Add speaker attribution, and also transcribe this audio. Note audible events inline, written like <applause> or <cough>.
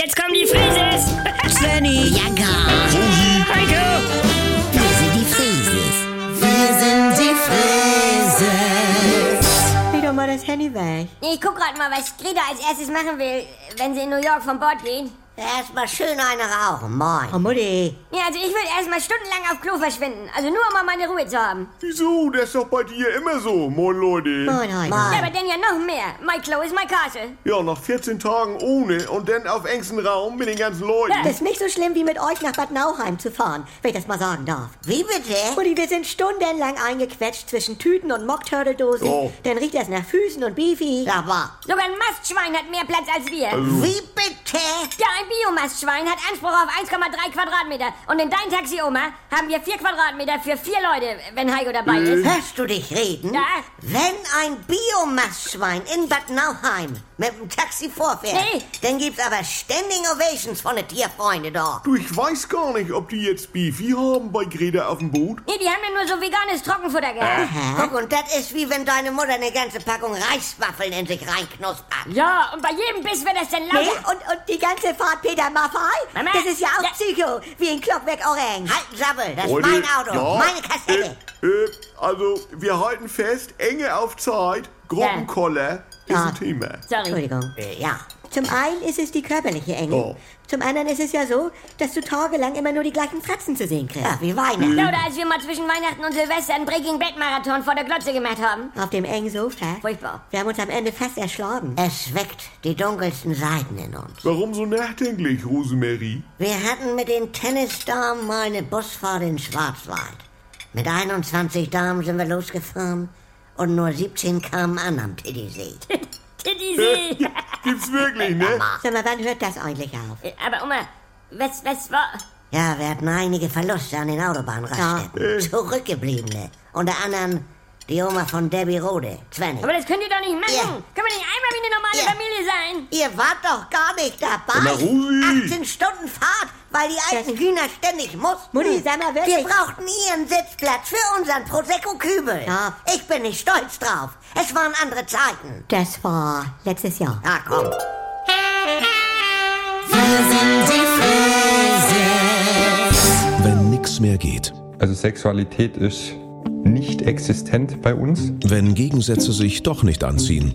Speaker 1: Jetzt kommen die Frises! <laughs>
Speaker 2: Svenny,
Speaker 3: Ja, gar.
Speaker 1: Heiko!
Speaker 3: Wir sind die Frieses. Wir sind die Frieses.
Speaker 2: leg doch mal das Handy weg.
Speaker 4: Ich guck grad mal, was Greta als erstes machen will, wenn sie in New York von Bord gehen.
Speaker 3: Erstmal schön eine rauchen, moin.
Speaker 2: Oh, Mutti.
Speaker 4: Ja, also ich will erstmal stundenlang auf Klo verschwinden. Also nur, um mal meine Ruhe zu haben.
Speaker 5: Wieso? Das ist doch bei dir immer so. Moin Leute.
Speaker 2: Moin, Heiko.
Speaker 3: Moin.
Speaker 4: Ja, aber denn ja noch mehr. My Klo is my castle.
Speaker 5: Ja, nach 14 Tagen ohne und dann auf engstem Raum mit den ganzen Leuten.
Speaker 2: Das ist nicht so schlimm, wie mit euch nach Bad Nauheim zu fahren, wenn ich das mal sagen darf.
Speaker 3: Wie bitte?
Speaker 2: Mutti, wir sind stundenlang eingequetscht zwischen Tüten und Mockturtle-Dosen.
Speaker 5: Oh.
Speaker 2: Dann riecht das nach Füßen und Beefy.
Speaker 3: Sag mal,
Speaker 4: Sogar ein Mastschwein hat mehr Platz als wir.
Speaker 3: wie bitte?
Speaker 4: Ja, ein Biomastschwein hat Anspruch auf 1,3 Quadratmeter. Und in dein Taxi, Oma, haben wir 4 Quadratmeter für vier Leute, wenn Heiko dabei ist.
Speaker 3: Hörst du dich reden?
Speaker 4: Ja.
Speaker 3: Wenn ein Biomastschwein in Bad Nauheim mit dem Taxi vorfährt,
Speaker 4: Nee.
Speaker 3: dann gibt's aber Standing Ovations von den Tierfreunden da.
Speaker 5: Du, ich weiß gar nicht, ob die jetzt Beefy haben bei Greta auf dem Boot.
Speaker 4: Nee, die haben ja nur so veganes Trockenfutter gehabt.
Speaker 3: Guck, und das ist wie wenn deine Mutter eine ganze Packung Reiswaffeln in sich reinknuspert.
Speaker 4: Ja, und bei jedem Biss wird das dann
Speaker 3: Ne?
Speaker 2: Nee,
Speaker 4: lauter.
Speaker 2: und, und die ganze Fahrt Peter Maffei?
Speaker 4: Mama.
Speaker 2: Das ist ja auch
Speaker 4: Ja.
Speaker 2: Psycho, wie in Clockwork Orange.
Speaker 3: Halt, Sabbel, das
Speaker 5: Leute,
Speaker 3: ist mein Auto,
Speaker 5: ja,
Speaker 3: meine Kassette.
Speaker 5: Äh, äh, also, wir halten fest, Enge auf Zeit, Gruppenkoller
Speaker 2: Ja.
Speaker 5: ist ein Thema.
Speaker 4: Sorry.
Speaker 2: Entschuldigung.
Speaker 3: Äh, ja.
Speaker 2: Zum einen ist es die körperliche Enge.
Speaker 5: Oh.
Speaker 2: Zum anderen ist es ja so, dass du tagelang immer nur die gleichen Fratzen zu sehen kriegst.
Speaker 3: ja, wie Weihnachten.
Speaker 4: Ja, oder als wir mal zwischen Weihnachten und Silvester einen Breaking Bad Marathon vor der Glotze gemacht haben.
Speaker 2: Auf dem engen Sofa.
Speaker 4: Furchtbar.
Speaker 2: Wir haben uns am Ende fast erschlagen.
Speaker 3: Es weckt die dunkelsten Seiten in uns.
Speaker 5: Warum so nachdenklich, Rosemarie?
Speaker 3: Wir hatten mit den Tennisdamen mal eine Busfahrt in Schwarzwald. Mit 21 Damen sind wir losgefahren und nur 17 kamen an am Tiddysee.
Speaker 4: Titisee.
Speaker 3: <laughs>
Speaker 5: Gibt's wirklich, ne?
Speaker 2: Sag mal, wann hört das eigentlich auf?
Speaker 4: Äh, Aber Oma, was, was war.
Speaker 3: Ja, wir hatten einige Verluste an den Autobahnraststätten. Zurückgebliebene. Unter anderem die Oma von Debbie Rode, Svenny.
Speaker 4: Aber das könnt ihr doch nicht machen.
Speaker 3: Ja.
Speaker 4: Können wir nicht einmal wie eine normale
Speaker 3: Ja.
Speaker 4: Familie sein?
Speaker 3: Ihr wart doch gar nicht dabei.
Speaker 5: Na, Rosi.
Speaker 3: 18 Stunden Fahrt, weil die alten
Speaker 2: Das-
Speaker 3: Hühner ständig mussten.
Speaker 2: Mutti, sag mal wirklich.
Speaker 3: Wir brauchten ihren Sitzplatz für unseren Prosecco-Kübel.
Speaker 2: Ja.
Speaker 3: Ich bin nicht stolz drauf. Es waren andere Zeiten.
Speaker 2: Das war letztes Jahr.
Speaker 3: Na komm.
Speaker 6: Wenn nix mehr geht.
Speaker 7: Also Sexualität ist nicht existent bei uns.
Speaker 6: Wenn Gegensätze sich doch nicht anziehen.